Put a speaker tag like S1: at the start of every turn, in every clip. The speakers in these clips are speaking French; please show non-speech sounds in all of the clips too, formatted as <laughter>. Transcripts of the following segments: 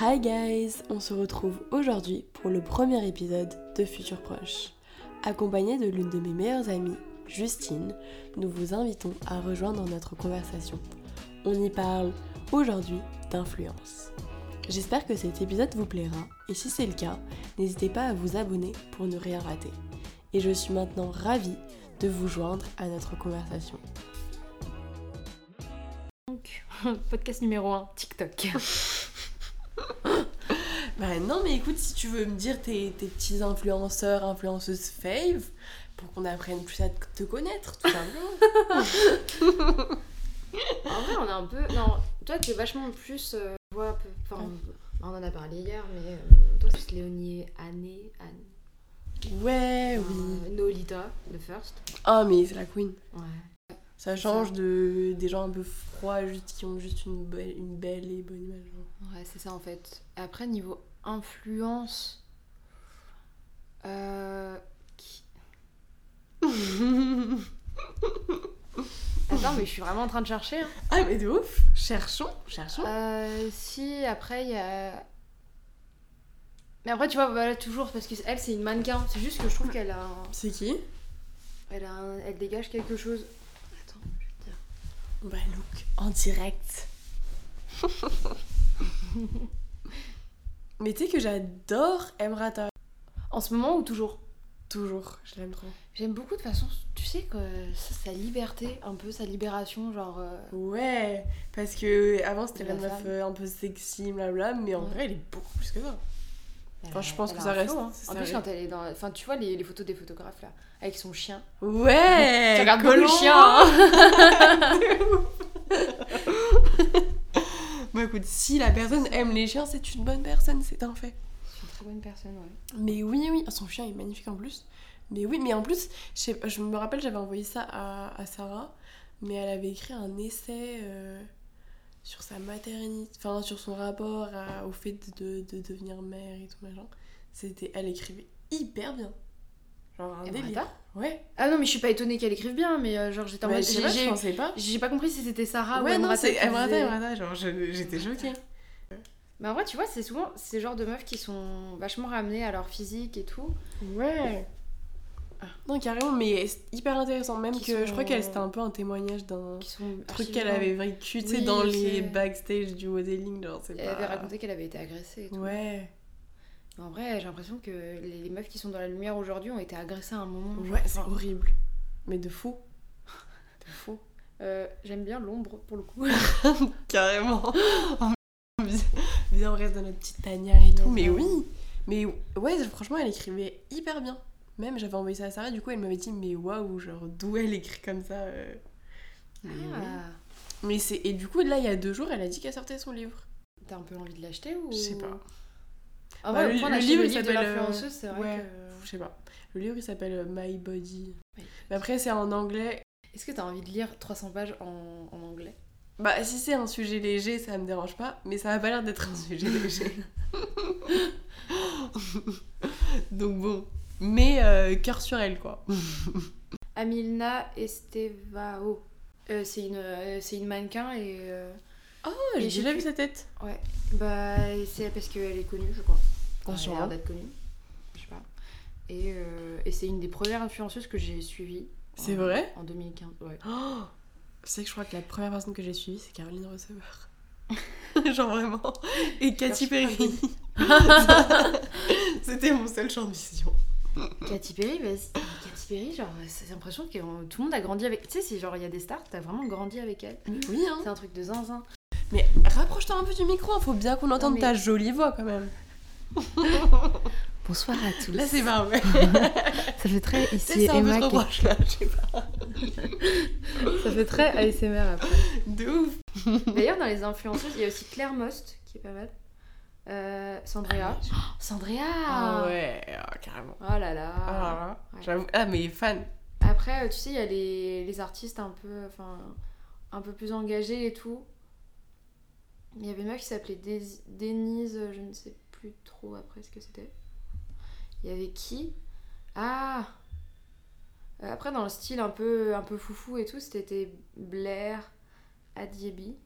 S1: Hi guys, on se retrouve aujourd'hui pour le premier épisode de Futur Proche. Accompagnée de l'une de mes meilleures amies, Justine, nous vous invitons à rejoindre notre conversation. On y parle aujourd'hui d'influence. J'espère que cet épisode vous plaira et si c'est le cas, n'hésitez pas à vous abonner pour ne rien rater. Et je suis maintenant ravie de vous joindre à notre conversation.
S2: Donc, <laughs> podcast numéro 1, TikTok.
S1: Bah non, mais écoute, si tu veux me dire tes, tes petits influenceurs, influenceuses fave, pour qu'on apprenne plus à te te connaître, tout simplement.
S2: en vrai, on a un peu. Non, toi, t'es vachement plus. euh, tu vois, un peu- enfin, on en a parlé hier, mais euh, toi, c'est plus Léonie, Anne, Anne.
S1: <laughs> ouais, oui.
S2: euh, Nolita, The First.
S1: Ah, mais c'est la queen.
S2: Ouais.
S1: Ça change de, des gens un peu froids, juste, qui ont juste une belle, une belle et bonne image. genre.
S2: Ouais, c'est ça en fait. Après, niveau influence. Euh. qui- <laughs> Attends, mais je suis vraiment en train de chercher. hein.
S1: Ah, mais de ouf Cherchons, cherchons.
S2: Euh, si, après, il y a. Mais après, tu vois, voilà, toujours, parce que elle, c'est une mannequin. C'est juste que je trouve qu'elle a, un-
S1: C'est qui
S2: elle a un- elle dégage quelque chose. Attends, je vais te dire.
S1: On va look Bah, en <laughs> direct. mais tu sais que j'adore Emrata.
S2: En ce moment ou toujours
S1: Toujours, je l'aime trop.
S2: J'aime beaucoup de façon, tu sais, que sa, sa liberté, un peu sa libération, genre. euh,
S1: Ouais, parce que avant c'était la
S2: La
S1: meuf
S2: femme.
S1: euh, un peu sexy, blablabla, mais en
S2: Ouais.
S1: vrai elle est beaucoup plus que ça.
S2: elle
S1: Enfin,
S2: a-
S1: je pense
S2: elle
S1: que
S2: a
S1: ça
S2: un
S1: reste-
S2: flow, hein.
S1: ça
S2: En plus,
S1: reste-
S2: quand elle est dans. Enfin, tu vois les, les photos des photographes là, avec son chien.
S1: Ouais
S2: Tu regardes beaucoup le <laughs> chien hein.
S1: Bah écoute, si la personne aime les chiens, c'est une bonne personne, c'est un fait.
S2: C'est une très bonne personne, ouais.
S1: Mais oui, oui, ah, son chien est magnifique en plus. Mais oui, mais en plus, je, sais pas, je me rappelle, j'avais envoyé ça à, à Sarah, mais elle avait écrit un essai euh, sur sa maternité, enfin sur son rapport à- au fait de, de devenir mère et tout machin. C'était, elle écrivait hyper bien. Genre un
S2: Et
S1: délire.
S2: Martha
S1: Ouais.
S2: Ah non, mais je suis pas étonnée qu'elle écrive bien, mais euh, genre j'étais en
S1: Bah,
S2: mode
S1: je sais
S2: j'ai Ah
S1: pas, je
S2: j'ai-
S1: pensais pas.
S2: j'ai pas compris si c'était Sarah
S1: ouais,
S2: ou
S1: non,
S2: Amrata
S1: c'est
S2: qui
S1: Emrata,
S2: faisait-
S1: Emrata, genre je- j'étais choquée.
S2: Mais en vrai, tu vois, c'est souvent ces genres de meufs qui sont vachement ramenées à leur physique et tout.
S1: Ouais.
S2: Ah.
S1: Non, carrément, mais c'est hyper intéressant. Même
S2: Qui
S1: que je
S2: sont- euh,
S1: crois qu'elle, c'était un peu un témoignage d'un
S2: Qui sont
S1: truc
S2: archi
S1: qu'elle
S2: violentes.
S1: avait vécu, tu sais,
S2: Oui,
S1: dans
S2: je
S1: les
S2: sais.
S1: backstage du modeling. Genre, c'est
S2: Elle
S1: pas...
S2: avait raconté qu'elle avait été agressée. Et tout.
S1: Bah. Ouais.
S2: Mais en vrai, j'ai l'impression que les, les meufs qui sont dans la lumière aujourd'hui ont été agressées à un moment. genre,
S1: Ouais, c'est
S2: enfin,
S1: horrible. Mais de fou. De fou.
S2: euh, J'aime bien l'ombre pour le coup.
S1: <gasps> Carrément. Viens, on reste dans notre petite tanière et tout.
S2: Dans
S1: Mais
S2: un-
S1: oui. Mais ouais, franchement, elle écrivait hyper bien. Même j'avais envoyé ça à Sarah, du coup, elle m'avait dit, mais waouh, genre, d'où elle écrit comme ça euh. Mais oui.
S2: Ah,
S1: Mais c'est et du coup là il y a deux jours elle a dit qu'elle sortait son livre.
S2: T'as un peu envie de l'acheter ou
S1: Je sais pas. Bah,
S2: En vrai,
S1: le-
S2: le, prendre,
S1: le
S2: acheter
S1: livre,
S2: le
S1: il
S2: livre de
S1: s'appelle, euh,
S2: l'influenceuse, c'est vrai
S1: ouais.
S2: que.
S1: Je sais pas. Le livre il s'appelle euh, My Body.
S2: Oui.
S1: Mais après c'est en anglais.
S2: Est-ce que t'as envie de lire 300 pages en, en anglais
S1: Bah si c'est un sujet léger ça me dérange pas, mais ça a pas l'air d'être un <laughs> sujet léger. Donc bon. Mais euh, cœur sur elle quoi.
S2: Amilna Estevao. Euh, c'est une, euh, c'est une mannequin et. euh,
S1: Oh,
S2: Et
S1: j'ai
S2: j'ai
S1: déjà
S2: pu-
S1: vu sa tête.
S2: Bah, c'est parce qu'elle est connue, je crois. Enfin, elle a
S1: sûrement.
S2: l'air d'être connue. Je sais pas. Et, euh, et c'est une des premières influenceuses que j'ai suivies.
S1: C'est
S2: en-
S1: vrai
S2: En 2015, ouais.
S1: Oh c'est que je crois que la première personne que j'ai suivie c'est Caroline <laughs> Receveur. Genre vraiment. Et Katy Perry. <laughs> C'était mon seul champ de vision.
S2: Katy Perry, vas-y. Katy Perry, genre, c'est j'ai l'impression que euh, tout le monde a grandi avec. Tu sais, c'est genre, il y a des stars, t'as vraiment grandi avec elle.
S1: Oui hein.
S2: C'est un truc de zinzin.
S1: Mais rapproche-toi un peu du micro, faut bien qu'on entende
S2: mais-
S1: ta jolie voix quand même.
S2: Bonsoir à tous.
S1: Là, c'est pas vrai.
S2: Ça fait <laughs> très.
S1: C'est c'est un peu trop proche là, je sais pas.
S2: Ça fait très ASMR après.
S1: De ouf.
S2: <laughs> D'ailleurs, dans les influenceuses, il y a aussi Claire Most, qui est pas mal. Euh, Sandrea. Oh, Sandrea
S1: Ah ouais, ah, carrément.
S2: Oh là là.
S1: Ah, là, là.
S2: Ouais.
S1: J'avoue. Ah, mais fan.
S2: Après, euh, tu sais, il y a les, les artistes un peu, enfin, un peu plus engagés et tout. Il y avait une meuf qui s'appelait Dés- Denise, euh, je ne sais plus trop après ce que c'était. Il y avait qui Ah Euh, Après, dans le style un peu, un peu foufou et tout, c'était Blair, Adiebi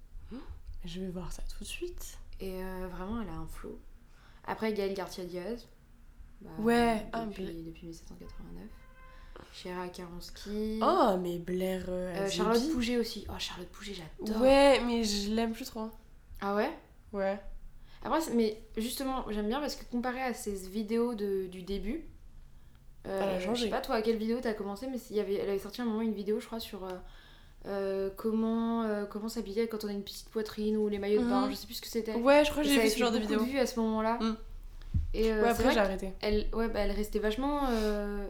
S1: Je vais voir ça tout de suite.
S2: Et euh, vraiment, elle a un flow. Après, Gaël Garcia-Diaz. bah,
S1: Ouais, ah,
S2: depuis, depuis 1789. Shira Karonski.
S1: Oh, mais Blair. euh,
S2: Euh,
S1: Azizi.
S2: Charlotte Pouget aussi. Oh, Charlotte Pouget, j'adore.
S1: Ouais, mais je l'aime plus trop.
S2: Ah ouais
S1: Ouais.
S2: Après, c'est- mais justement, j'aime bien parce que comparé à ces vidéos de- du début, euh,
S1: Elle a changé.
S2: je sais pas toi à quelle vidéo t'as commencé, mais il y avait, elle avait sorti à un moment une vidéo, je crois, sur euh, euh, comment, euh, comment s'habiller quand on a une petite poitrine ou les maillots de bain,
S1: Mhm.
S2: je sais plus ce que c'était.
S1: Ouais, je crois que
S2: Et ça
S1: j'ai vu
S2: avait
S1: ce
S2: fait
S1: genre de
S2: beaucoup
S1: vidéo.
S2: vues à ce moment-là.
S1: Mm.
S2: Et euh,
S1: ouais,
S2: c'est
S1: après,
S2: vrai
S1: j'ai arrêté.
S2: qu'elle ouais, bah, elle restait vachement euh,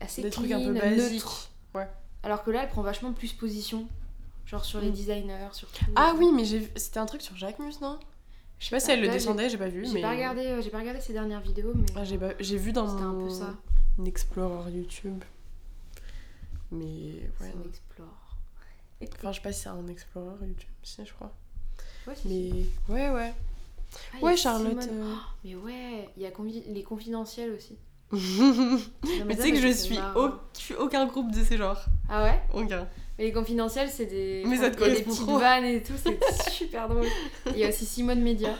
S2: assez
S1: Des trucs un
S2: clean,
S1: peu basiques.
S2: neutre.
S1: Ouais.
S2: Alors que là, elle prend vachement plus position, genre sur les
S1: Mm.
S2: designers, sur tout.
S1: Ah oui, mais j'ai vu... c'était un truc sur Jacques Mus, non Je sais pas si elle le
S2: Là, j'ai-
S1: descendait, j'ai pas vu.
S2: J'ai
S1: mais...
S2: pas regardé, euh, j'ai pas regardé ces dernières vidéos, mais
S1: Ah, j'ai, pas- j'ai vu dans
S2: c'était un
S1: mon
S2: peu ça.
S1: Explorer YouTube. Mais ouais.
S2: Son
S1: non.
S2: explore.
S1: Enfin, je sais pas si c'est un Explorer YouTube, si, je crois.
S2: Ouais, si,
S1: Mais
S2: si.
S1: ouais, ouais.
S2: Ah, il y a
S1: Ouais, Charlotte.
S2: Simone. Oh,
S1: euh,
S2: Mais ouais, il y a convi- les confidentiels aussi.
S1: <laughs>
S2: <laughs>
S1: mais tu sais que je suis au... je suis aucun groupe de ces genres.
S2: hein. Ah ouais
S1: Aucun.
S2: Mais les confidentiels, c'est des.
S1: Mais ça te
S2: il y a des
S1: correspond
S2: petites
S1: trop.
S2: vannes et tout,
S1: <laughs>
S2: c'est super drôle. Il y a aussi Simone Media.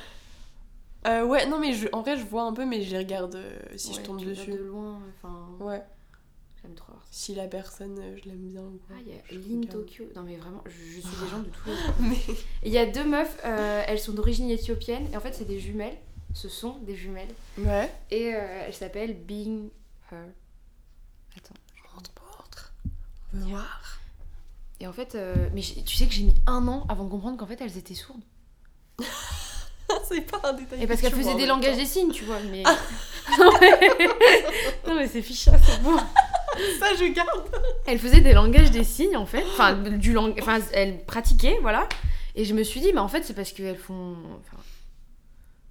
S1: Euh, ouais, non, mais je... en vrai, je vois un peu, mais je les regarde euh, <laughs> si
S2: Ouais,
S1: je tombe
S2: tu regardes
S1: dessus.
S2: De loin, enfin.
S1: Ouais.
S2: J'aime trop voir ça.
S1: Si la personne, euh, je l'aime bien ou
S2: Ah,
S1: quoi.
S2: il y a
S1: Je
S2: Lynn
S1: regarde.
S2: Tokyo. Non, mais vraiment, je, je suis des gens de
S1: <laughs>
S2: tous les
S1: Mais...
S2: Et Il y a deux meufs, euh, elles sont d'origine éthiopienne, et en fait, c'est des jumelles. Ce sont des jumelles.
S1: Ouais.
S2: Et euh, elles s'appellent Being Her. Attends.
S1: Montre, montre. On veut <laughs> voir.
S2: Et en fait, euh, mais j'ai- tu sais que j'ai mis un an avant de comprendre qu'en fait elles étaient sourdes.
S1: c'est pas un détail.
S2: Et parce
S1: que
S2: qu'elles
S1: tu vois Ah.
S2: faisaient
S1: en
S2: des
S1: même
S2: langages des signes, tu vois. Mais <laughs> non mais, <laughs> Non, mais c'est ficha, c'est bon.
S1: temps. Ça, je garde.
S2: Elles faisaient des langages des signes en fait, enfin du lang... enfin elles pratiquaient, voilà. Et je me suis dit, mais en fait c'est parce qu'elles font, enfin,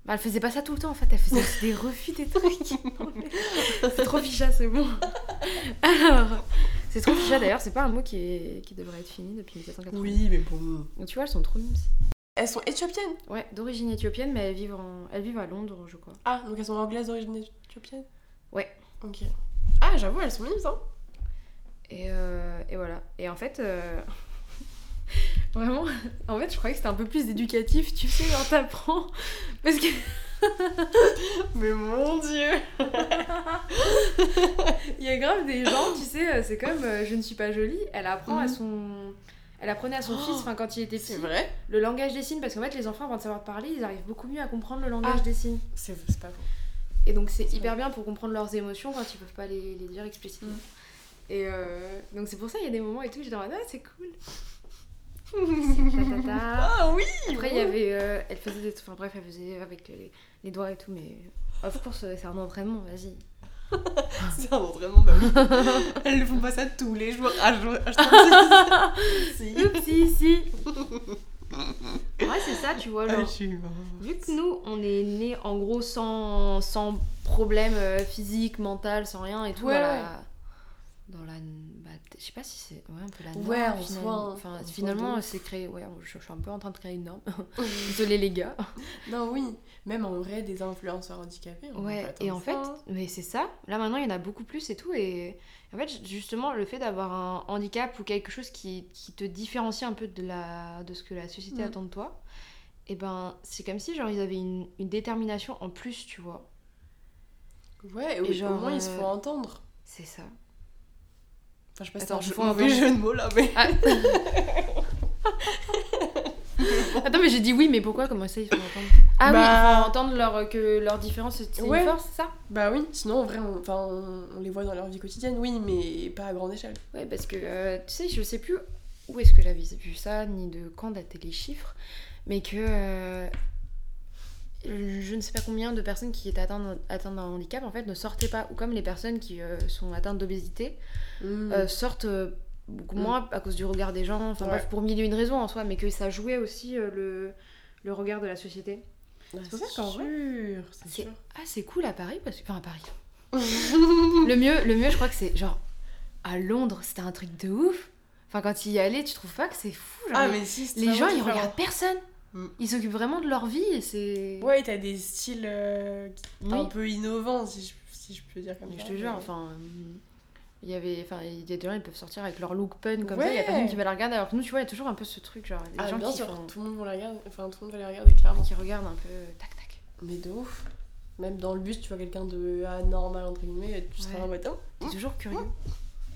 S2: bah, elles faisaient pas ça tout le temps en fait, elles faisaient aussi des refus des
S1: <laughs>
S2: trucs. Non, mais c'est trop ficha, c'est bon. Alors, c'est trop ficha d'ailleurs, c'est pas un mot qui, est... qui devrait être fini depuis 1780.
S1: Oui, mais bon.
S2: Donc tu vois, elles sont trop mimes.
S1: Elles sont éthiopiennes.
S2: Ouais, d'origine éthiopienne, mais elles vivent, en... elles vivent à Londres, je crois.
S1: Ah, donc elles sont anglaises d'origine éthiopienne
S2: Ouais.
S1: Ok. Ah, j'avoue, elles sont mimes, hein.
S2: Et, euh, et voilà. Et en fait, euh, <laughs> vraiment, en fait, je croyais que c'était un peu plus éducatif, tu sais, genre t'apprends. Parce que <laughs>
S1: Mais mon dieu.
S2: il y a grave des gens, tu sais, euh, c'est comme euh, Je ne suis pas jolie, elle apprend à son. Elle apprenait à son
S1: Oh,
S2: fils, enfin quand il était petit,
S1: C'est vrai
S2: le langage des signes, parce qu'en fait, les enfants, avant de savoir parler, ils arrivent beaucoup mieux à comprendre le langage
S1: Ah.
S2: des signes.
S1: C'est c'est pas faux. <laughs>
S2: Et donc c'est
S1: C'est
S2: hyper bien pour comprendre leurs émotions quand ils peuvent pas les, les dire explicitement.
S1: Mm.
S2: Et euh, donc c'est pour ça il y a des moments et tout, j'étais en mode ah c'est
S1: <laughs>
S2: cool. Ta, ta, ta.
S1: Ah oui
S2: Après il y avait, euh, elle faisait des, enfin bref elle faisait avec les, les doigts et tout, mais of course c'est un entraînement, vas-y.
S1: C'est un entraînement, bah oui. <laughs> Elles ne font pas ça tous les jours. Ah, je, ah, je t'en dis. <laughs> Si.
S2: Oups
S1: <laughs>
S2: si si. ouais c'est ça tu vois
S1: Ah, je
S2: genre.
S1: suis marrante.
S2: Vu que nous on est nés en gros sans, sans problème euh, physique, mental, sans rien et tout
S1: Ouais,
S2: dans
S1: ouais.
S2: la dans la bah, peut-être- je sais pas si c'est ouais un peu la norme
S1: Ouais, en soi,
S2: finalement.
S1: hein, en
S2: enfin
S1: soi, de
S2: finalement
S1: ouf.
S2: c'est créé ouais je, je suis un peu en train de créer
S1: <laughs>
S2: une norme désolé les gars
S1: Non, oui. Même en vrai, des influenceurs handicapés. on
S2: ouais
S1: peut attendre
S2: et en
S1: ça,
S2: fait
S1: hein.
S2: mais c'est ça là maintenant il y en a beaucoup plus et tout et en fait justement le fait d'avoir un handicap ou quelque chose qui, qui te différencie un peu de la de ce que la société
S1: Mhm.
S2: attend de toi et ben c'est comme si genre ils avaient une, une détermination en plus tu vois
S1: hein. Ouais, et
S2: Et genre,
S1: au moins, ils se
S2: euh,
S1: font entendre.
S2: c'est ça
S1: Enfin, je sais pas si c'est un
S2: Attends, ils se
S1: jeu-
S2: font
S1: mauvais
S2: entendre.
S1: jeu de mots là, mais.
S2: Ah. Attends, mais j'ai dit oui, mais pourquoi Comment ça, ils font entendre Ah oui,
S1: Bah-
S2: ils font entendre leur, que leur différence, c'est
S1: Ouais.
S2: une force, c'est ça
S1: Bah oui, sinon, en vrai, on, enfin, on- on les voit dans leur vie quotidienne, oui, mais pas à grande échelle.
S2: Ouais, parce que, euh, tu sais, je sais plus où est-ce que j'avais vu ça, ni de quand dataient les chiffres, mais que... euh, je ne sais pas combien de personnes qui étaient atteintes, atteintes d'un handicap, en fait, ne sortaient pas. Ou comme les personnes qui euh, sont atteintes d'obésité,
S1: Hmm.
S2: euh, sortent... euh, beaucoup
S1: Mm.
S2: moins à cause du regard des gens, enfin
S1: Ouais.
S2: bref, pour mille et une raisons en soi, mais que ça jouait aussi euh, le, le regard de la société.
S1: Bah, c'est
S2: pour
S1: pour ça
S2: ça qu'en
S1: qu'en vrai. C'est
S2: C'est-
S1: sûr.
S2: Ah, c'est cool à Paris parce que. Enfin, à Paris. le, mieux, le mieux, je crois que c'est genre. À Londres, c'était un truc de ouf. Enfin, quand il y allait, tu trouves pas que c'est fou genre,
S1: <laughs> Ah,
S2: les-
S1: mais si, c'est
S2: Les
S1: vraiment
S2: gens, ils
S1: différent.
S2: regardent personne.
S1: Mm.
S2: Ils s'occupent vraiment de leur vie et c'est.
S1: Ouais, t'as des styles euh,
S2: Oui.
S1: un peu innovants, si je, si je peux dire comme
S2: Mais
S1: ça.
S2: je te jure, enfin. euh, Il y avait, enfin, il y a des gens, ils peuvent sortir avec leur look pun comme ça, il y a
S1: Ouais.
S2: personne qui va la regarder. Alors que nous, tu vois, il y a toujours un peu ce truc, genre, les
S1: Ah,
S2: gens
S1: bien
S2: qui,
S1: sûr,
S2: font-
S1: tout le monde va les regarder, enfin tout le monde va les regarder clairement.
S2: qui regardent un peu euh, tac tac.
S1: Ah. Mais de ouf. Même dans le bus, tu vois quelqu'un de anormal entre guillemets, tu seras
S2: Ouais.
S1: en mode oh,
S2: T'es toujours curieux.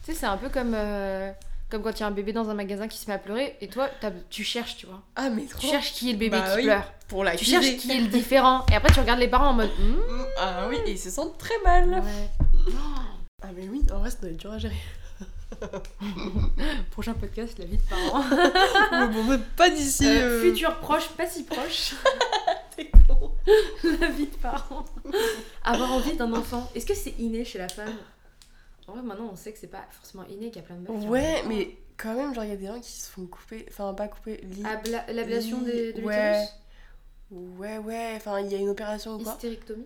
S2: Tu sais, c'est un peu comme, euh, comme quand il y a un bébé dans un magasin qui se met à pleurer et toi, t'as- tu cherches, tu vois.
S1: Ah mais trop
S2: Tu cherches qui est le bébé
S1: Bah
S2: qui
S1: oui.
S2: pleure.
S1: pour la
S2: Tu cherches qui est le différent. Et après, tu regardes les parents en mode. Hmm
S1: Ah oui, et ils se sentent très mal.
S2: Ouais.
S1: Ah mais oui, en vrai, ça doit être dur à gérer. <laughs>
S2: Prochain podcast, la vie de parents.
S1: <laughs> mais bon, mais pas d'ici.
S2: Euh,
S1: euh,
S2: Futur proche, pas si proche.
S1: <laughs>
S2: <laughs>
S1: t'es con.
S2: la vie de
S1: <laughs>
S2: parents. Avoir envie d'un enfant. Est-ce que c'est inné chez la femme En vrai, maintenant, on sait que c'est pas forcément inné, qu'il y a plein de meufs. qui ont-
S1: Ouais, mais quand même, genre, il y a des gens qui se font couper, enfin, pas couper, li-
S2: Abla- L'ablation des- de
S1: Ouais.
S2: l'utérus
S1: Ouais, ouais, enfin, il y a une opération ou quoi
S2: Hystérectomie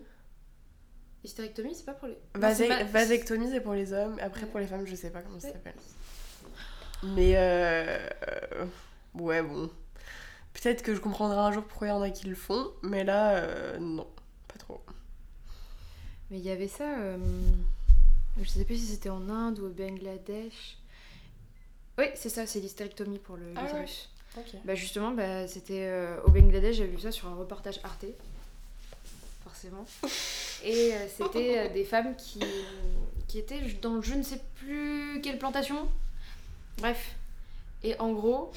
S2: Hystérectomie, c'est pas pour les. Non,
S1: Vase-
S2: c'est pas-
S1: Vasectomie, c'est pour les hommes, après,
S2: Ouais.
S1: pour les femmes, je sais pas comment ça
S2: Ouais.
S1: s'appelle. Mais, euh... euh, Ouais, bon. Peut-être que je comprendrai un jour pourquoi il y en a qui le font, mais là, euh, non, pas trop.
S2: Mais il y avait ça, euh, je sais plus si c'était en Inde ou au Bangladesh. Oui, c'est ça, c'est l'hystérectomie pour le
S1: Ah ouais.
S2: l'utérus.
S1: Ok.
S2: Bah justement, bah, c'était euh, au Bangladesh, j'avais vu ça sur un reportage Arte,
S1: <laughs>
S2: forcément. Et euh, c'était euh, des femmes qui, qui étaient dans je ne sais plus quelle plantation. Bref. Et en gros,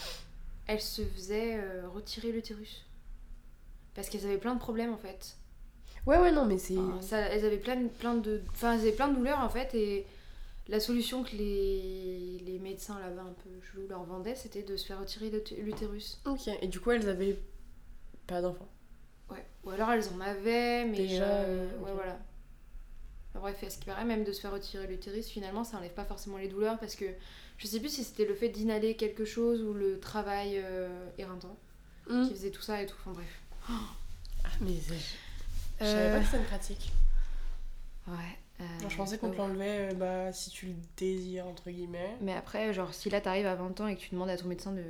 S2: elles se faisaient euh, retirer l'utérus. Parce qu'elles avaient plein de problèmes en fait.
S1: Ouais, Ah ouais, non, mais c'est...
S2: Enfin, ça- elles avaient plein, de- plein de, enfin, elles avaient plein de douleurs en fait et la solution que les, les médecins là-bas un peu chelou leur vendaient, c'était de se faire retirer l'ut- l'utérus.
S1: Ok, et du coup, elles avaient pas d'enfants.
S2: Ouais. Ou alors elles en avaient, mais
S1: Déjà,
S2: euh,
S1: euh,
S2: ouais
S1: ok.
S2: voilà. Enfin, bref, à ce qui paraît, même de se faire retirer l'utérus, finalement, ça enlève pas forcément les douleurs parce que je sais plus si c'était le fait d'inhaler quelque chose ou le travail euh, éreintant qui faisait tout ça et tout. Enfin bref.
S1: Hmm. Ah, mais c'est- je savais pas que c'était une pratique. Ah,
S2: Euh, Ouais. euh,
S1: Genre, je pensais qu'on te
S2: ouais.
S1: l'enlevait, euh, bah, si tu le désires, entre guillemets.
S2: Mais après, genre, si là t'arrives à 20 ans et que tu demandes à ton médecin de.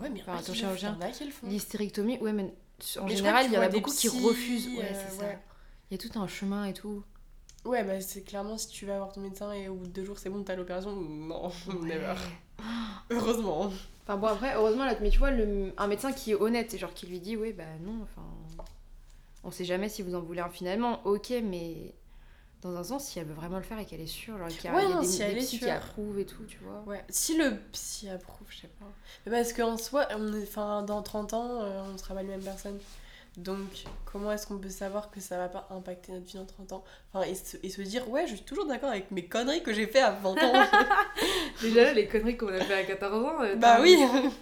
S1: Ouais, mais
S2: enfin, à ton
S1: il y en a qui le font, il
S2: chirurgien.
S1: y en a qui le font.
S2: L'hystérectomie, ouais, mais en
S1: Mais je crois
S2: général,
S1: que
S2: il
S1: tu
S2: y en a
S1: vois des
S2: beaucoup qui
S1: psys,
S2: refusent. Ouais,
S1: euh,
S2: c'est ça.
S1: ouais.
S2: Il y a tout un chemin et tout.
S1: Ouais, bah c'est clairement si tu vas voir ton médecin et au bout de deux jours c'est bon, t'as l'opération. Non, <laughs> never.
S2: Ouais.
S1: Heureusement.
S2: Enfin bon, après, heureusement, là, mais tu vois, le- un médecin qui est honnête, c'est genre qui lui dit, ouais, bah non, enfin. On sait jamais si vous en voulez un finalement, ok, mais dans un sens, si elle veut vraiment le faire et qu'elle est sûre, genre qu'il y a,
S1: Ouais,
S2: il y a
S1: non,
S2: des,
S1: si
S2: des
S1: elle est
S2: psys qui
S1: sûre.
S2: approuvent et tout, tu vois.
S1: Ouais. Si le psy approuve, je sais pas. Mais parce qu'en soi, on est, enfin, dans 30 ans, euh, on sera pas les mêmes personnes. Donc, comment est-ce qu'on peut savoir que ça va pas impacter notre vie dans 30 ans enfin, et, se, et se dire, ouais, je suis toujours d'accord avec mes conneries que j'ai fait à 20 ans.
S2: <laughs> Déjà là, les conneries qu'on a fait à 14 ans, euh,
S1: bah oui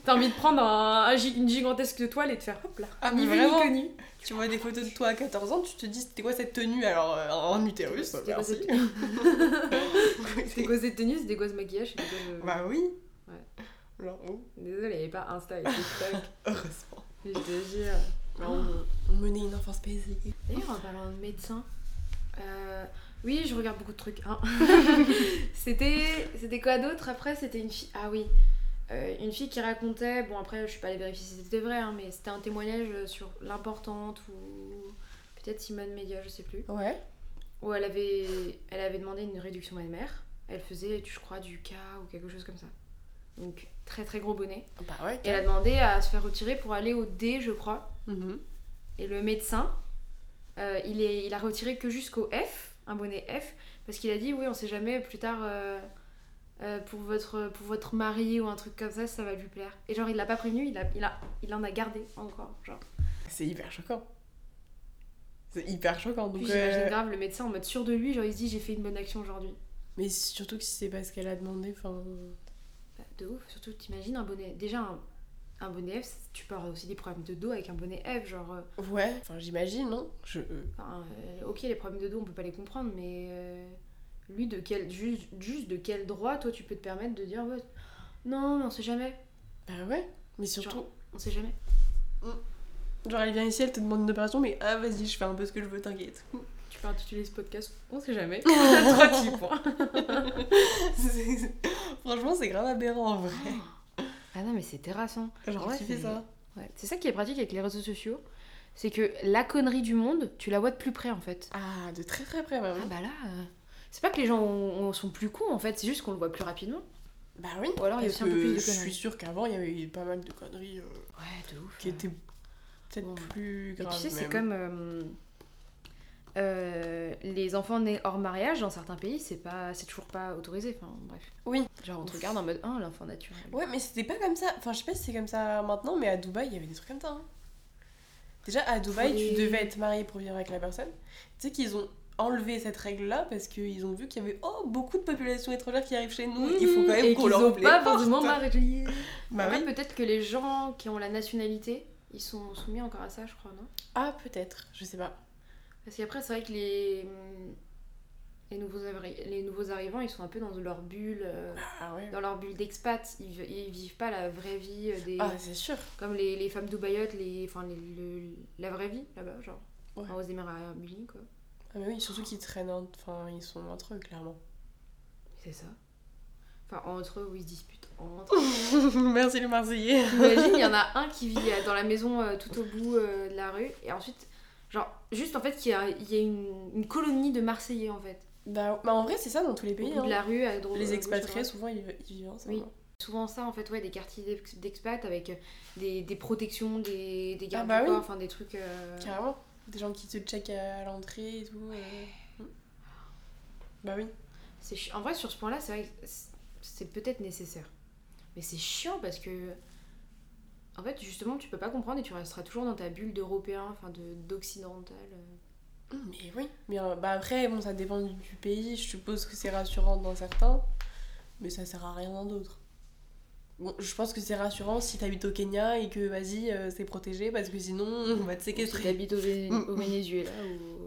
S2: T'as envie de prendre un, un gi- une gigantesque toile et de faire hop là.
S1: Ah, mais
S2: ni vu ni
S1: vraiment.
S2: connu.
S1: Tu vois des photos de toi à 14 ans, tu te dis, c'était quoi cette tenue alors euh, en utérus
S2: C'était quoi
S1: Merci.
S2: cette
S1: <laughs>
S2: C'était quoi cette tenue C'était quoi ce maquillage C'était quoi ce-
S1: bah oui
S2: Ouais.
S1: Genre, oh,
S2: Désolée, il n'y avait pas Insta
S1: <laughs>
S2: et TikTok.
S1: heureusement.
S2: mais je te jure.
S1: On, on menait une enfance paisible.
S2: D'ailleurs, en parlant de médecin, euh, oui, je regarde beaucoup de trucs. <laughs> hein. C'était c'était quoi d'autre après C'était une fille. Ah oui. Euh, une fille qui racontait, bon après je suis pas allée vérifier si c'était vrai, hein, mais c'était un témoignage sur l'importante ou peut-être Simone Media, je sais plus.
S1: Ouais.
S2: où elle avait, elle avait demandé une réduction mammaire. Elle faisait, je crois, du K ou quelque chose comme ça. Donc, très très gros bonnet.
S1: Bah ouais.
S2: Et elle a demandé à se faire retirer pour aller au D, je crois. Et le médecin, euh, il, est, il a retiré que jusqu'au F, un bonnet F, parce qu'il a dit, oui, on sait jamais, plus tard, euh, euh, pour, votre, pour votre mari ou un truc comme ça, ça va lui plaire. Et genre, il l'a pas prévenu, il, a, il, a, il en a gardé encore. Genre.
S1: C'est hyper choquant. C'est hyper choquant.
S2: Puis
S1: Donc,
S2: j'imagine
S1: euh,
S2: grave le médecin en mode sûr de lui, genre il se dit, j'ai fait une bonne action aujourd'hui.
S1: Mais surtout que si c'est pas ce qu'elle a demandé, enfin. euh,
S2: Bah, De ouf, surtout t'imagines un bonnet. Déjà, un, un bonnet F, c'est- tu peux avoir aussi des problèmes de dos avec un bonnet F. Genre, euh,
S1: Ouais. Enfin, j'imagine, non Je. euh,
S2: enfin, euh, ok, les problèmes de dos, on peut pas les comprendre, mais euh, lui, de quel, juste, juste de quel droit, toi, tu peux te permettre de dire ouais, non, mais on sait jamais,
S1: Bah ouais. Mais surtout,
S2: on sait jamais.
S1: genre, elle vient ici, elle te demande une opération, mais ah vas-y, je fais un peu ce que je veux, t'inquiète. <laughs>
S2: Tu peux intituler ce podcast, on sait <laughs> jamais. Trois petits points.
S1: C'est- Franchement, c'est grave aberrant en vrai.
S2: Ah non, mais c'est terrassant.
S1: Genre,
S2: Ah, Ouais,
S1: tu fais
S2: c'est-
S1: ça.
S2: Ouais. C'est ça qui est pratique avec les réseaux sociaux, c'est que la connerie du monde, tu la vois de plus près en fait.
S1: Ah, de très très près,
S2: Ah
S1: même.
S2: bah là, euh, C'est pas que les gens ont- ont- sont plus cons en fait, c'est juste qu'on le voit plus rapidement.
S1: Bah oui.
S2: Ou alors Ah, il y a
S1: Parce
S2: aussi un peu plus
S1: que
S2: de
S1: je suis
S2: conneries.
S1: sûre qu'avant, il y avait eu pas mal de conneries euh,
S2: Ouais, de ouf.
S1: qui étaient peut-être
S2: Bon.
S1: plus
S2: Et
S1: graves.
S2: tu sais, c'est
S1: même.
S2: comme euh, euh, les enfants nés hors mariage dans certains pays, c'est pas, c'est toujours pas autorisé. Enfin, bref.
S1: Oui.
S2: Genre on te regarde en mode ah l'enfant naturel.
S1: Ouais, mais c'était pas comme ça. Enfin, je sais pas si c'est comme ça maintenant, mais à Dubaï, il y avait des trucs comme ça. hein. Déjà, à Dubaï,
S2: Oui.
S1: tu devais être marié pour vivre avec la personne. Tu sais qu'ils ont enlevé cette règle-là parce qu'ils ont vu qu'il y avait oh, beaucoup de populations étrangères qui arrivent chez nous. il faut quand même
S2: Mmh. Et
S1: qu'on
S2: qu'ils
S1: leur
S2: ont
S1: ouvre
S2: pas
S1: les portes.
S2: forcément marié.
S1: Bah
S2: Après,
S1: oui.
S2: peut-être que les gens qui ont la nationalité, ils sont soumis encore à ça, je crois, non
S1: Ah, peut-être, je sais pas.
S2: Parce qu'après, c'est vrai que les les nouveaux arri- les nouveaux arrivants, ils sont un peu dans leur bulle. euh,
S1: Ah, ouais.
S2: Dans leur bulle d'expat, ils, vi- ils vivent pas la vraie vie euh, des
S1: Ah, c'est sûr.
S2: comme les, les femmes dubaïotes, les enfin les- le- la vraie vie là-bas, genre
S1: Ouais.
S2: enfin, aux Émirats Arabes Unis quoi.
S1: Ah, mais oui, surtout qu'ils traînent, en- enfin, ils sont entre eux,
S2: <laughs>
S1: clairement.
S2: C'est ça. Enfin entre eux où ils se disputent entre.
S1: Merci les Marseillais.
S2: Imagine, il y en a un qui vit euh, dans la maison euh, tout au bout euh, de la rue et ensuite genre juste en fait qu'il y a, il y a une, une colonie de Marseillais en fait
S1: Bah, bah, en vrai, c'est ça dans tous les
S2: au
S1: pays.
S2: bout de
S1: hein.
S2: la rue à droite.
S1: Les
S2: à gauche, à
S1: expatriés,
S2: droite.
S1: souvent, ils, ils vivent ensemble.
S2: Oui. Souvent ça en fait ouais des quartiers d'ex- d'expat avec euh, des, des protections, des, des gardes
S1: Ah bah
S2: du
S1: oui.
S2: corps, enfin des trucs. euh,
S1: Carrément. Des gens qui te checkent à l'entrée et tout. euh. Bah oui.
S2: C'est chi- En vrai, sur ce point-là, c'est vrai que c- c'est peut-être nécessaire. Mais c'est chiant parce que. En fait, justement, tu peux pas comprendre et tu resteras toujours dans ta bulle d'européen, enfin de- d'occidental. euh.
S1: Mais oui. Mais euh, bah après, bon, ça dépend du, du pays. Je suppose que c'est rassurant dans certains, mais ça sert à rien dans d'autres. Bon, je pense que c'est rassurant si t'habites au Kenya et que vas-y, euh, c'est protégé parce que sinon on va te
S2: Si
S1: séquestrer.
S2: t'habites au, Vé-
S1: Mm.
S2: au Venezuela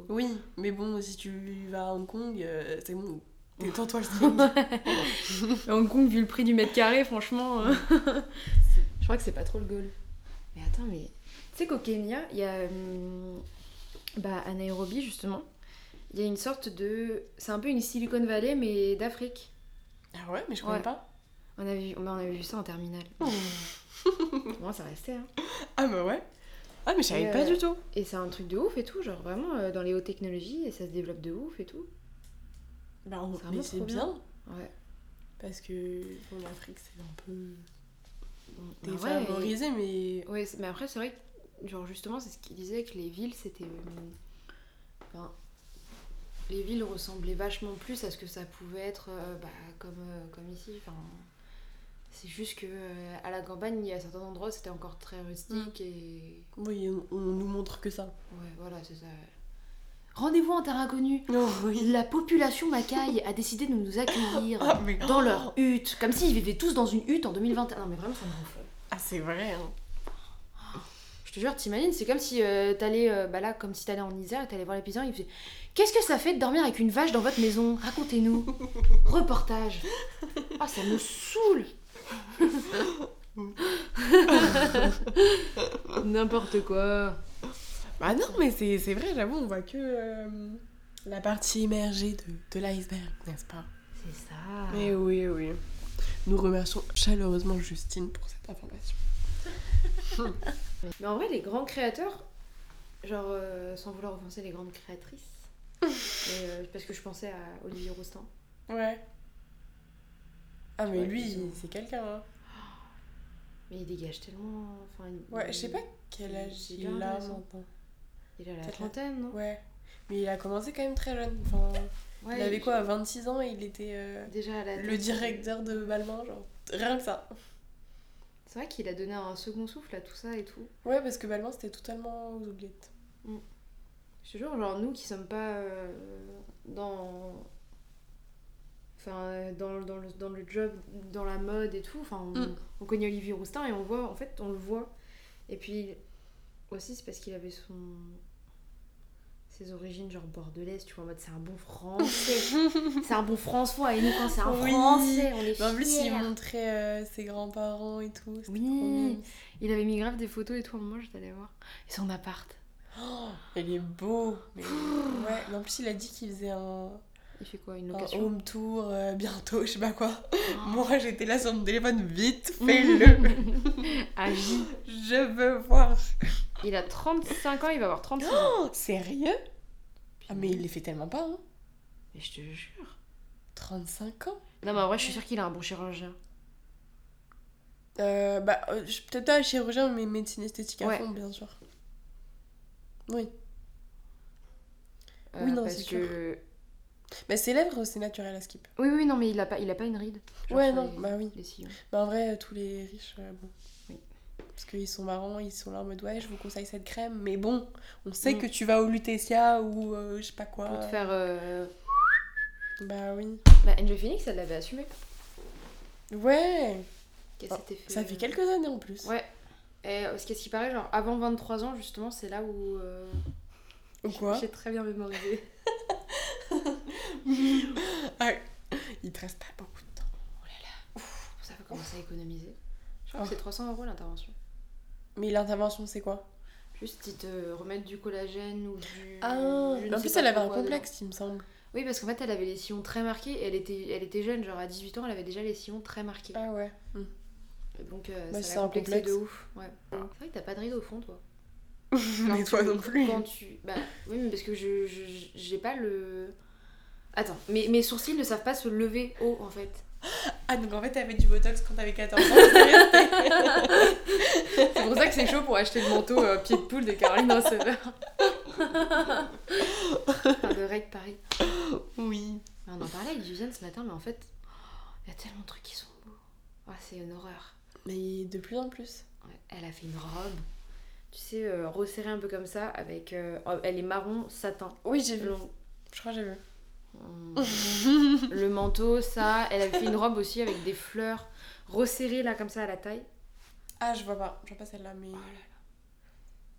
S2: ou.
S1: Oui, mais bon, si tu vas à Hong Kong, euh, c'est bon. <laughs> Détends-toi le string.
S2: Hong Kong, vu le prix du mètre carré, franchement. euh, <laughs> Je crois que c'est pas trop le goal. Mais attends, mais. Tu sais qu'au Kenya, il y a. hum, Bah, à Nairobi, justement, il y a une sorte de. C'est un peu une Silicon Valley, mais d'Afrique.
S1: ah ouais, mais je connais
S2: Ouais.
S1: pas.
S2: On avait, vu... bah, on avait vu ça en terminale. <laughs> Moi, ça restait, hein.
S1: Ah bah ouais. Ah mais je savais
S2: Et,
S1: pas
S2: euh,
S1: du tout.
S2: Et c'est un truc de ouf et tout, genre vraiment euh, dans les hautes technologies et ça se développe de ouf et tout.
S1: Bah on-
S2: c'est vraiment
S1: mais c'est
S2: trop bien.
S1: bien.
S2: Ouais.
S1: Parce que bon, l'Afrique, c'est un peu Ah
S2: Bah ouais,
S1: défavorisé, mais.
S2: et- ouais, c'est- mais après c'est vrai que genre justement c'est ce qu'il disait que les villes c'était euh, enfin, les villes ressemblaient vachement plus à ce que ça pouvait être euh, bah, comme euh, comme ici enfin c'est juste que euh, à la campagne il y a certains endroits où c'était encore très rustique et
S1: Oui, on, on nous montre que ça.
S2: ouais voilà c'est ça rendez-vous en terre inconnue
S1: Non, Oh, oui.
S2: la population macaille a décidé de
S1: <laughs>
S2: nous accueillir
S1: Ah, mais
S2: dans leur hutte, comme s'ils vivaient tous dans une hutte en 2021. Non mais vraiment ça me gonfle.
S1: Ah, c'est vrai, hein.
S2: Je te jure, t'imagines, c'est comme si euh, t'allais, euh, bah là, comme si t'allais en Isère et t'allais voir les paysans, ils faisaient Qu'est-ce que ça fait de dormir avec une vache dans votre maison
S1: <laughs>
S2: Racontez-nous. Reportage. Ah, ça
S1: <laughs>
S2: me saoule. <laughs> N'importe quoi.
S1: Bah non, mais c'est c'est vrai, j'avoue, on voit que euh, la partie émergée de, de l'iceberg, n'est-ce pas
S2: C'est ça.
S1: Mais oui, oui. Nous remercions chaleureusement Justine pour cette information.
S2: Mais en vrai, les grands créateurs, genre, euh, sans vouloir offenser les grandes créatrices,
S1: <laughs>
S2: mais, euh, parce que je pensais à Olivier Rostand.
S1: Ouais. Ah, mais
S2: Ouais,
S1: lui,
S2: ils ont-
S1: c'est quelqu'un, hein.
S2: Mais il dégage tellement. Enfin, il-
S1: Ouais, je sais pas quel
S2: il-
S1: âge
S2: il
S1: il
S2: a
S1: a
S2: raison.
S1: maintenant.
S2: Il a la
S1: Peut-être
S2: trentaine, non
S1: Ouais. Mais il a commencé quand même très jeune. Enfin,
S2: Ouais,
S1: il avait quoi, à 26 ans et il était euh,
S2: Déjà à la
S1: le
S2: tête.
S1: directeur de Balmain, genre. Rien que ça.
S2: C'est vrai qu'il a donné un second souffle à tout ça et tout.
S1: Ouais, parce que Balmain, c'était totalement aux oubliettes.
S2: Je te jure, genre, nous qui sommes pas euh, dans. Enfin, euh, dans, le- dans, le, dans le job, dans la mode et tout, enfin, on,
S1: Mm.
S2: on connaît Olivier Roustin et on voit, en fait, on le voit. Et puis, aussi, c'est parce qu'il avait son. ses origines, genre bordelaises, tu vois, en mode c'est un bon français. <laughs> c'est un bon François, et nous, quand c'est un
S1: Oui.
S2: français, on est
S1: Mais en plus, il
S2: fiers.
S1: montrait euh, ses grands-parents et tout. c'était trop
S2: Oui.
S1: mignon.
S2: Il avait mis grave des photos et tout, à un moment j'étais allée voir. Et son appart.
S1: Oh, il est beau. mais- Ouais, mais en plus, il a dit qu'il faisait un,
S2: Il fait quoi Une
S1: un
S2: <laughs> location
S1: home tour euh, bientôt, je sais pas quoi. <laughs> Moi, j'étais là sur mon téléphone, <laughs> vite,
S2: Oh. <laughs>
S1: fais-le.
S2: Agi.
S1: je veux voir.
S2: Il a 35 ans, il va avoir 36 ans.
S1: Oh, sérieux Ah, <gasps> mais il les fait tellement pas, hein.
S2: Mais Mais je te jure.
S1: 35 ans
S2: Non, mais en vrai, je suis sûre qu'il a un bon chirurgien.
S1: euh, bah, euh, je- Peut-être pas chirurgien, mais médecine esthétique à
S2: Ouais.
S1: fond, bien sûr. Oui.
S2: Euh,
S1: Oui, non,
S2: parce
S1: c'est
S2: que...
S1: Mais Bah, ses lèvres, c'est naturel à skip.
S2: Oui, oui, non, mais il a pas, il a pas une ride. Genre
S1: ouais,
S2: sur
S1: non,
S2: les-
S1: bah oui.
S2: les hein. sillons.
S1: Bah en vrai, euh, tous les riches, euh, bon.
S2: Oui.
S1: Parce qu'ils sont marrants, ils sont là en mode ouais, je vous conseille cette crème, mais bon, on sait
S2: Mm.
S1: que tu vas au Lutetia ou euh, je sais pas quoi.
S2: Pour te faire. euh,
S1: Bah oui.
S2: Bah, Angel Phoenix, elle l'avait assumé.
S1: Ouais
S2: Qu'elle
S1: Oh,
S2: s'était fait.
S1: Ça fait quelques années en plus.
S2: Ouais. Et euh, ce qu'est-ce qui paraît, genre avant 23 ans, justement, c'est là où. euh,
S1: Ou quoi
S2: J'ai très
S1: <laughs>
S2: bien mémorisé.
S1: Ah, Il te reste pas beaucoup de temps.
S2: Ça va commencer à économiser.
S1: Ah.
S2: Je crois que c'est 300 euros l'intervention.
S1: Mais l'intervention, c'est quoi
S2: Juste, ils te remettent du collagène ou du.
S1: Ah
S2: je ne
S1: mais En
S2: sais
S1: plus,
S2: pas
S1: elle avait
S2: trop
S1: un
S2: quoi dedans.
S1: complexe, il me semble.
S2: Oui, parce qu'en fait, elle avait les sillons très marqués. et Elle était, elle était jeune, genre à 18 ans, elle avait déjà les sillons très marqués.
S1: Ah ouais. Mm.
S2: Donc, euh,
S1: Bah,
S2: ça
S1: c'est
S2: l'a
S1: un
S2: complexé
S1: complexe.
S2: de ouf. Ouais. C'est vrai que t'as pas de rideau au fond, <laughs> toi.
S1: Ah, <laughs> Mais toi non plus.
S2: Quand tu... Bah oui, mais parce que je je- j'ai pas le... Attends, mes, mes sourcils ne savent pas se lever haut, en fait.
S1: Ah, donc en fait, t'avais du botox quand t'avais 14 ans. c'est resté.
S2: C'est pour ça que c'est chaud pour acheter le manteau euh, pied de poule de Caroline Receveur. <laughs> Enfin, de Reg Paris.
S1: oui.
S2: Mais On en parlait avec Viviane ce matin, mais en fait, il y a tellement de trucs qui sont beaux. Ah, c'est une horreur.
S1: Mais de plus en plus.
S2: Ouais, Elle a fait une robe, tu sais, euh, resserrée un peu comme ça, avec... euh, elle est marron satin.
S1: Oui, j'ai vu.
S2: Long.
S1: Je crois que j'ai vu.
S2: le manteau, ça. Elle avait fait une robe aussi avec des fleurs resserrées là comme ça à la taille.
S1: Ah, je vois pas. Je vois pas celle-là,
S2: Oh
S1: mais.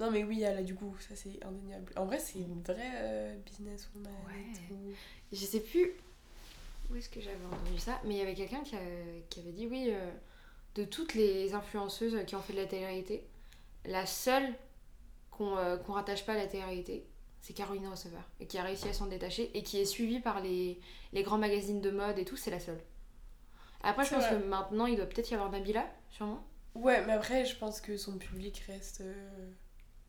S1: Non, mais oui, elle a du goût, ça c'est indéniable. En vrai, c'est une vraie euh, businesswoman. et
S2: Ouais.
S1: tout.
S2: Je sais plus où est-ce que j'avais entendu ça, mais il y avait quelqu'un qui, a- qui avait dit oui, euh, de toutes les influenceuses qui ont fait de la télé-réalité, la seule qu'on euh, qu'on rattache pas à la télé-réalité, c'est Caroline Receveur, et qui a réussi à s'en détacher, et qui est suivie par les, les grands magazines de mode et tout, c'est la seule. Après, je
S1: C'est
S2: pense
S1: vrai.
S2: que maintenant, il doit peut-être y avoir Nabila, sûrement.
S1: Ouais, mais après, je pense que son public reste. euh,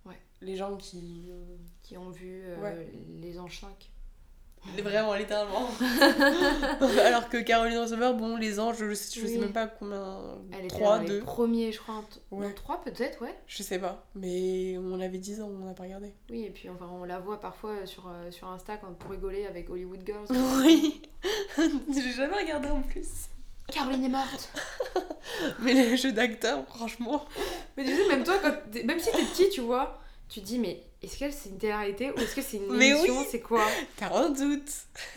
S2: Ouais.
S1: Les gens qui. euh,
S2: qui ont vu euh,
S1: Ouais.
S2: les enchinques.
S1: Vraiment,
S2: <laughs>
S1: littéralement. <laughs> Alors que Caroline Receveur, bon, les anges, je sais, je sais
S2: Oui.
S1: même pas combien.
S2: Elle était
S1: 3,
S2: dans
S1: 2,
S2: les premiers, je crois. en t-
S1: Ouais.
S2: non, trois peut-être, ouais.
S1: je sais pas. Mais on avait 10 ans, on n'a pas
S2: <laughs>
S1: regardé.
S2: Oui, et puis enfin, on la voit parfois sur, euh, sur Insta quand, pour rigoler avec Hollywood Girls.
S1: <laughs> Oui! J'ai jamais regardé en plus.
S2: Caroline est morte
S1: Mais les jeux d'acteurs, franchement.
S2: Mais tu sais, même toi, quand t'es- même si t'es petit, tu vois, tu te dis, mais est-ce que c'est une télé-réalité ou est-ce que c'est une
S1: Mais
S2: émission
S1: oui.
S2: C'est quoi
S1: T'as un doute!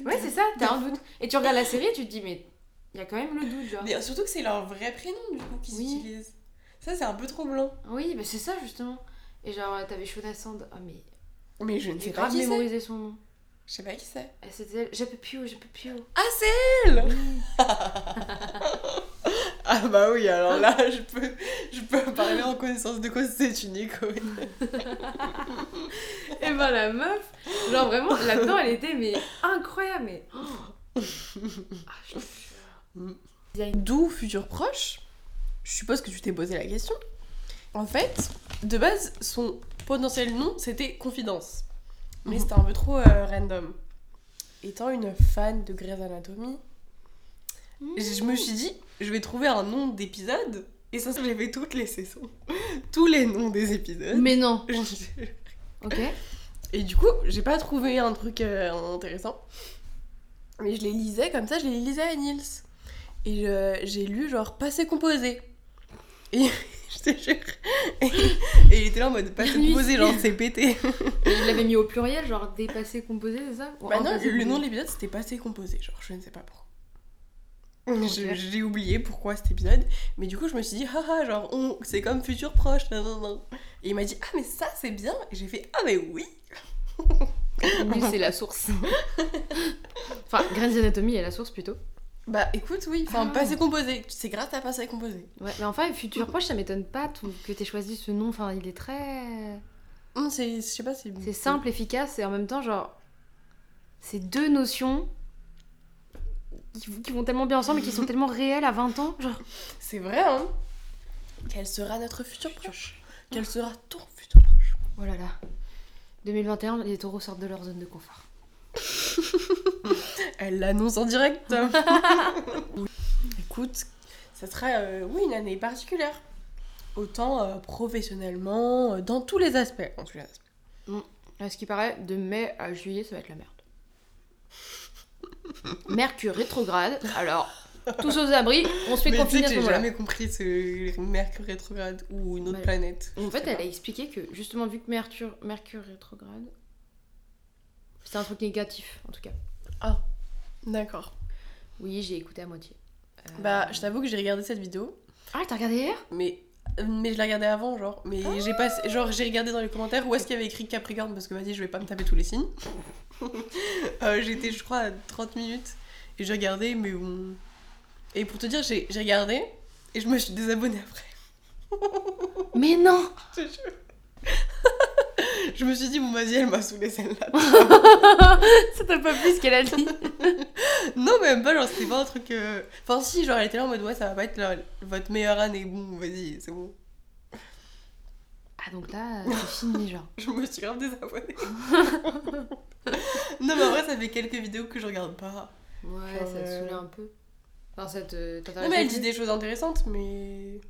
S2: Ouais, c'est ça, t'as un doute. Et tu regardes la série et tu te dis, mais il y a quand même le doute, genre.
S1: Mais surtout que c'est leur vrai prénom du coup qu'ils
S2: Oui.
S1: utilisent. Ça c'est un peu troublant.
S2: Oui, mais c'est ça, justement. Et genre, euh, t'avais Shona Sand. Ah, mais
S1: Mais je ne
S2: j'ai
S1: sais pas
S2: grave
S1: qui c'est.
S2: mémorisé son nom.
S1: Je sais pas qui c'est.
S2: Elle c'était elle. J'ai peu plus haut, j'ai peu plus haut.
S1: Ah c'est elle <laughs> Ah bah oui alors là <laughs> je peux je peux parler en connaissance de cause c'est une icône.
S2: Et ben la meuf, genre vraiment, là-dedans, elle était mais incroyable, mais. oh. Ah, je te jure.
S1: D'où futur proche Je suppose que tu t'es posé la question. En fait de base son potentiel nom c'était confidence. Mais
S2: Mhm.
S1: c'était un peu trop euh, random. Étant une fan de Grey's Anatomy, Je je me suis dit, je vais trouver un nom d'épisode. Et ça, j'ai fait toutes les saisons. <laughs> Tous les noms des épisodes.
S2: Mais non.
S1: <laughs> Je-
S2: Ok.
S1: Et du coup, j'ai pas trouvé un truc euh, intéressant. Mais je les lisais comme ça, je les lisais à Niels. Et je- j'ai lu genre passé composé. Et <laughs> je te jure. Et, et il était là en mode passé
S2: Lui,
S1: composé,
S2: c'est-
S1: genre c'est pété.
S2: Il l'avait mis au pluriel, genre dépassé composé, c'est ça Ou
S1: Bah
S2: un
S1: non,
S2: passé
S1: le nom de
S2: composé
S1: l'épisode c'était passé composé, genre je ne sais pas pourquoi.
S2: Ok.
S1: Je- J'ai oublié pourquoi cet épisode, mais du coup je me suis dit, haha, genre on, c'est comme futur proche, nan, nan, nan. Et il m'a dit, ah mais ça c'est bien, et j'ai fait, ah mais oui
S2: Oui, c'est la source. enfin, Grey's Anatomy est la source plutôt.
S1: Bah écoute, oui, enfin
S2: Ah.
S1: passé composé, c'est grâce à passé composé.
S2: Ouais, mais enfin, Futur Proche, ça m'étonne pas tout- que t'aies choisi ce nom. Enfin, il est très.
S1: Hum, c'est, je sais pas, c'est.
S2: C'est simple, efficace et en même temps, genre. C'est deux notions qui, qui vont tellement bien ensemble et qui sont tellement réelles à 20 ans. Genre,
S1: C'est vrai, hein Quel sera notre futur proche Quel sera ton futur proche
S2: oh là là. 2021, les taureaux sortent de leur zone de confort.
S1: Elle l'annonce en direct. <laughs> Écoute, ça sera euh, oui une année particulière. Autant euh, professionnellement, euh, dans tous les aspects. En tous les aspects.
S2: À ce qui paraît, de mai à juillet, ça va être la <laughs> merde. Mercure rétrograde, alors tous aux abris, on se fait
S1: Mais tu sais
S2: confiner
S1: que
S2: à ce
S1: j'ai
S2: moment-là.
S1: jamais compris ce Mercure rétrograde ou une autre
S2: Ouais.
S1: planète.
S2: En fait, elle a expliqué que justement, vu que Mercure, Mercure rétrograde, c'est un truc négatif en tout cas.
S1: D'accord.
S2: Oui, j'ai écouté à moitié. Euh,
S1: Bah, je t'avoue que j'ai regardé cette vidéo,
S2: Ah, t'as regardé hier
S1: mais mais je l'ai regardée avant, genre. Mais j'ai pas, genre j'ai regardé dans les commentaires où est-ce qu'il y avait écrit Capricorne parce que vas-y, je vais pas me taper tous les signes. Euh, J'étais, je crois, à 30 minutes et j'ai regardé, mais bon. Et pour te dire, j'ai j'ai regardé et je me suis désabonnée après. <laughs>
S2: Mais <laughs> non
S1: Je te jure. Je me suis dit, bon, vas-y, elle m'a saoulée celle-là.
S2: Ça t'a pas plu ce qu'elle a dit
S1: non, même pas, genre, c'était pas un truc. euh, Enfin, si, genre, elle était là en mode, ouais, ça va pas être la- votre meilleure année, bon, vas-y, c'est bon. <laughs>
S2: Ah, donc là, c'est fini, genre.
S1: Je me suis grave désabonnée. non, mais en vrai, ça fait quelques vidéos que je regarde pas.
S2: Ouais,
S1: Genre,
S2: ça te
S1: euh,
S2: saoulait un peu. Enfin, ça te.
S1: Non, mais elle dit des choses intéressantes, mais.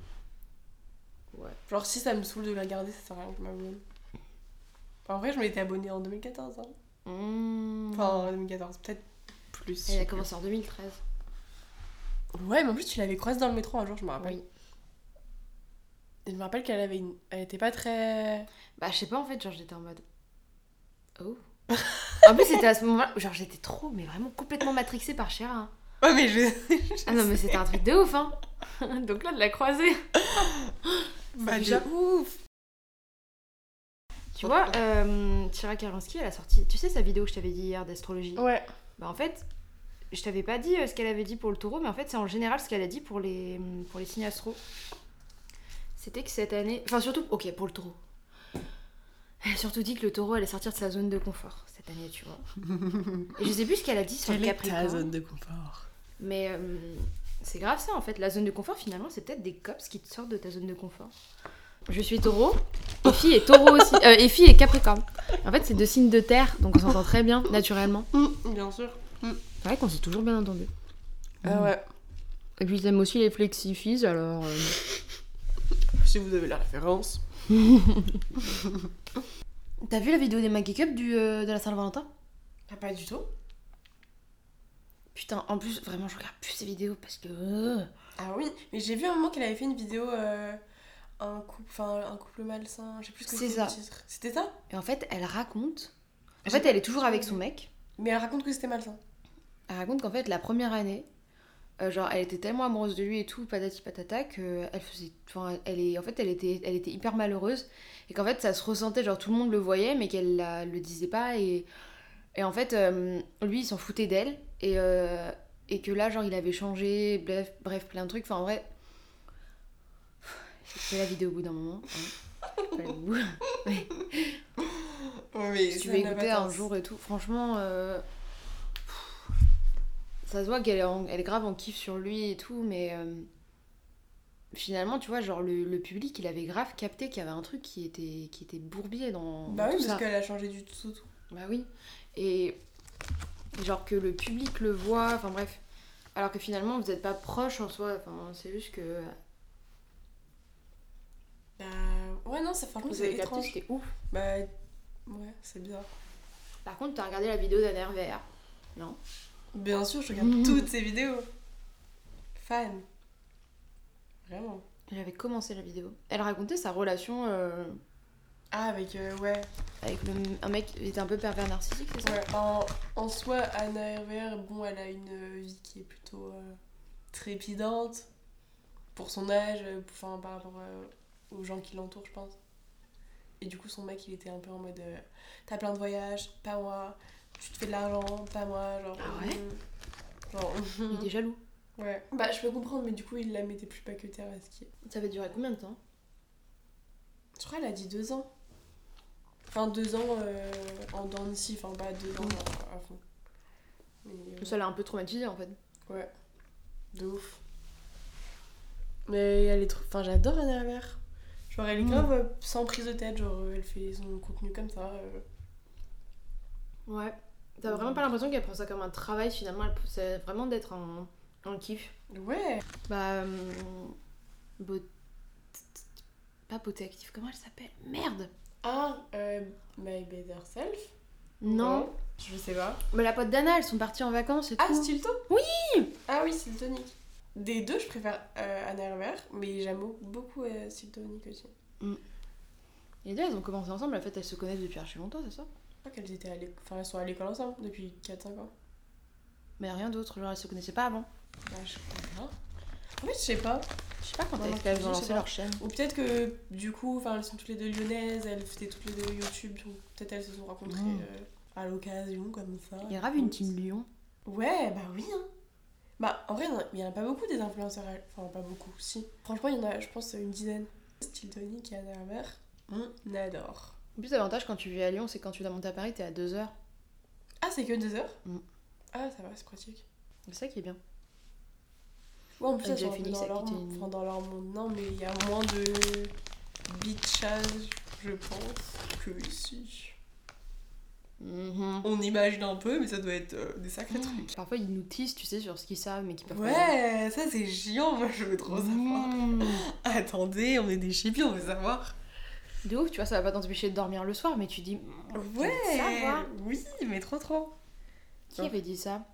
S2: Ouais.
S1: Genre, si ça me saoule de la regarder, ça sert à rien que je m'abonne. En vrai, je m'étais abonnée en 2014. Hein.
S2: Mmh.
S1: Enfin, en 2014, peut-être plus.
S2: Elle a commencé en 2013.
S1: Ouais, mais en plus, tu l'avais croisée dans le métro un jour, je me rappelle.
S2: Oui.
S1: Et je me rappelle qu'elle avait une... Elle était pas très.
S2: Bah, je sais pas en fait, genre j'étais en mode. <laughs> Oh. en plus, c'était à ce moment-là, où, genre j'étais trop, mais vraiment complètement matrixée par Cher. hein.
S1: <laughs> Ouais, mais je.
S2: Ah non, mais c'était un truc de ouf, hein. <laughs> Donc là, de la croiser.
S1: bah,
S2: déjà-
S1: de ouf
S2: Tu vois, euh, Tira Karinski, elle a sorti, tu sais, sa vidéo que je t'avais dit hier d'astrologie.
S1: Ouais.
S2: Bah, en fait, je t'avais pas dit euh, ce qu'elle avait dit pour le taureau, mais en fait, c'est en général ce qu'elle a dit pour les, mm, pour les signes astro. C'était que cette année. Enfin, surtout, ok, pour le taureau. Elle a surtout dit que le taureau allait sortir de sa zone de confort cette année,
S1: <laughs>
S2: tu vois. Et je sais plus ce qu'elle a dit sur le
S1: Quelle est
S2: Capricorne.
S1: ta zone de confort
S2: Mais euh, c'est grave ça en fait. La zone de confort finalement, c'est peut-être des cops qui te sortent de ta zone de confort. Je suis taureau. Effie est taureau aussi. Euh, Effie est capricorne. En fait, c'est deux signes de terre, donc on s'entend très bien, naturellement.
S1: Mmh, Bien sûr.
S2: C'est vrai qu'on s'est toujours bien entendu.
S1: Ah ouais.
S2: Et puis, ils aiment aussi les flexifis, alors. euh,
S1: Si vous avez la référence.
S2: T'as vu la vidéo des Maggie Cup du, euh, de la Saint-Valentin
S1: Ah, pas du tout.
S2: Putain, en plus, vraiment, je regarde plus ces vidéos parce que. euh,
S1: Ah oui, mais j'ai vu un moment qu'elle avait fait une vidéo euh, un couple enfin un couple malsain, je sais plus ce que
S2: C'est
S1: c'était le
S2: ça.
S1: titre. C'était ça
S2: Et en fait, elle raconte. En
S1: J'ai
S2: fait,
S1: pas
S2: elle est toujours avec son mec.
S1: Mais elle raconte que c'était malsain.
S2: Elle raconte qu'en fait, la première année, euh, genre, elle était tellement amoureuse de lui et tout, patati patata, que elle faisait. Enfin, elle est, en fait, elle était, elle était hyper malheureuse. Et qu'en fait, ça se ressentait, genre, tout le monde le voyait, mais qu'elle la- le disait pas. Et, et en fait, euh, lui, il s'en foutait d'elle. Et, euh, et que là, genre, il avait changé, bref, bref plein de trucs. Enfin, en vrai. J'ai fait la vidéo au bout d'un moment. hein. Pas le bout.
S1: Ouais, mais
S2: Si tu
S1: ça
S2: veux
S1: n'a
S2: écouter
S1: pas de
S2: un
S1: sens.
S2: jour et tout, franchement, euh, ça se voit qu'elle est, en- elle est grave en kiff sur lui et tout, mais euh, finalement, tu vois, genre le, le public, il avait grave capté qu'il y avait un truc qui était, qui était bourbier dans,
S1: Bah
S2: dans
S1: oui,
S2: tout
S1: parce
S2: ça.
S1: qu'elle a changé du tout au tout.
S2: Bah oui. Et genre que le public le voit, enfin bref. Alors que finalement, vous n'êtes pas proche en soi, enfin, c'est juste que
S1: Bah ouais non, ça franchement
S2: vous
S1: c'est
S2: avez capté,
S1: étrange.
S2: c'était ouf.
S1: Bah ouais, c'est bizarre.
S2: Par contre, t'as regardé la vidéo d'Anne Non.
S1: Bien sûr, je regarde
S2: <laughs> Mhm.
S1: toutes ces vidéos. Fan. Vraiment.
S2: J'avais commencé la vidéo. Elle racontait sa relation. euh,
S1: Ah avec euh, ouais,
S2: Avec le- un mec qui était un peu pervers narcissique, c'est ça
S1: ouais. En, en soi Anna RVR, bon, elle a une euh, vie qui est plutôt euh, trépidante pour son âge, euh, enfin par rapport euh, aux gens qui l'entourent, je pense. Et du coup, son mec, il était un peu en mode euh, T'as plein de voyages, pas moi. Tu te fais de l'argent, pas moi. Genre.
S2: Ah ouais
S1: hum. Genre, <laughs>
S2: Il était jaloux.
S1: ouais. Bah, je peux comprendre, mais du coup, il la mettait plus pas que terre à skier.
S2: Ça avait duré combien de temps
S1: Je crois qu'elle a dit deux ans. Enfin, deux ans euh, en dents de scie, enfin, pas deux ans à, à fond. Mais, euh,
S2: Ça l'a un peu traumatisé en fait.
S1: Ouais. De ouf. Mais elle est trop. Enfin, j'adore Anna Haber. Genre, elle est
S2: Mm.
S1: grave euh, sans prise de tête. Genre, euh, elle fait son contenu comme ça. euh.
S2: Ouais. T'as vraiment pas l'impression qu'elle prend ça comme un travail finalement, elle- c'est vraiment d'être un, un kiff.
S1: Ouais.
S2: Bah. euh, beau- Pas beauté active, comment elle s'appelle Merde
S1: Ah, euh, My Better Self
S2: Non
S1: Ouais. Je sais pas.
S2: Mais la pote d'Anna, elles sont parties en vacances et
S1: Ah,
S2: tout.
S1: Stilto
S2: Oui
S1: Ah oui, Stiltonic. Des deux, je préfère euh, Anna Herbert, mais j'aime beaucoup- beaucoup euh, Stiltonic aussi.
S2: Les deux, elles ont commencé ensemble, en fait, elles se connaissent depuis archi longtemps, c'est ça
S1: Je crois qu'elles étaient à l'école. Enfin, elles sont à l'école ensemble depuis 4-5 ans.
S2: Mais rien d'autre, genre elles se connaissaient pas avant.
S1: Bah, je crois pas. En fait, je sais pas.
S2: Je sais pas quand
S1: Non, non,
S2: est-ce qu'elles
S1: je
S2: ont
S1: sais
S2: lancé
S1: pas.
S2: leur chaîne.
S1: Ou peut-être que du coup, enfin, elles sont toutes les deux lyonnaises, elles faisaient toutes les deux YouTube, donc peut-être elles se sont rencontrées
S2: Mm.
S1: euh, à l'occasion comme ça.
S2: Il y a grave une team Lyon.
S1: Ouais, bah oui. Hein. Bah en vrai, il y en a pas beaucoup des influenceurs. euh, Enfin, pas beaucoup, si. Franchement, il y en a, je pense, une dizaine. Style Tonic et Anna Herbert, on adore.
S2: En plus, l'avantage quand tu vis à Lyon, c'est que quand tu dois monter à Paris, t'es à 2 heures.
S1: Ah, c'est que deux heures
S2: Mm.
S1: Ah, ça va, c'est pratique.
S2: C'est ça qui est bien.
S1: Ouais, en plus,
S2: Ah,
S1: elles sont
S2: Jeff
S1: un peu
S2: Phoenix
S1: dans
S2: a
S1: leur,
S2: quitté
S1: monde-
S2: une-
S1: enfin, dans leur monde. Non, mais il y a moins de bitchage, je pense, que ici. On imagine un peu, mais ça doit être euh, des sacrés trucs.
S2: Parfois, ils nous tissent, tu sais, sur ce qu'ils savent, mais qu'ils peuvent pas.
S1: Ouais, ça c'est chiant, moi je veux trop savoir.
S2: Mmh.
S1: Attendez, on est des chippies, on veut savoir.
S2: De ouf, tu vois, ça va pas t'empêcher de dormir le soir, mais tu dis.
S1: Ouais,
S2: savoir.
S1: oui, mais trop trop.
S2: Qui avait dit ça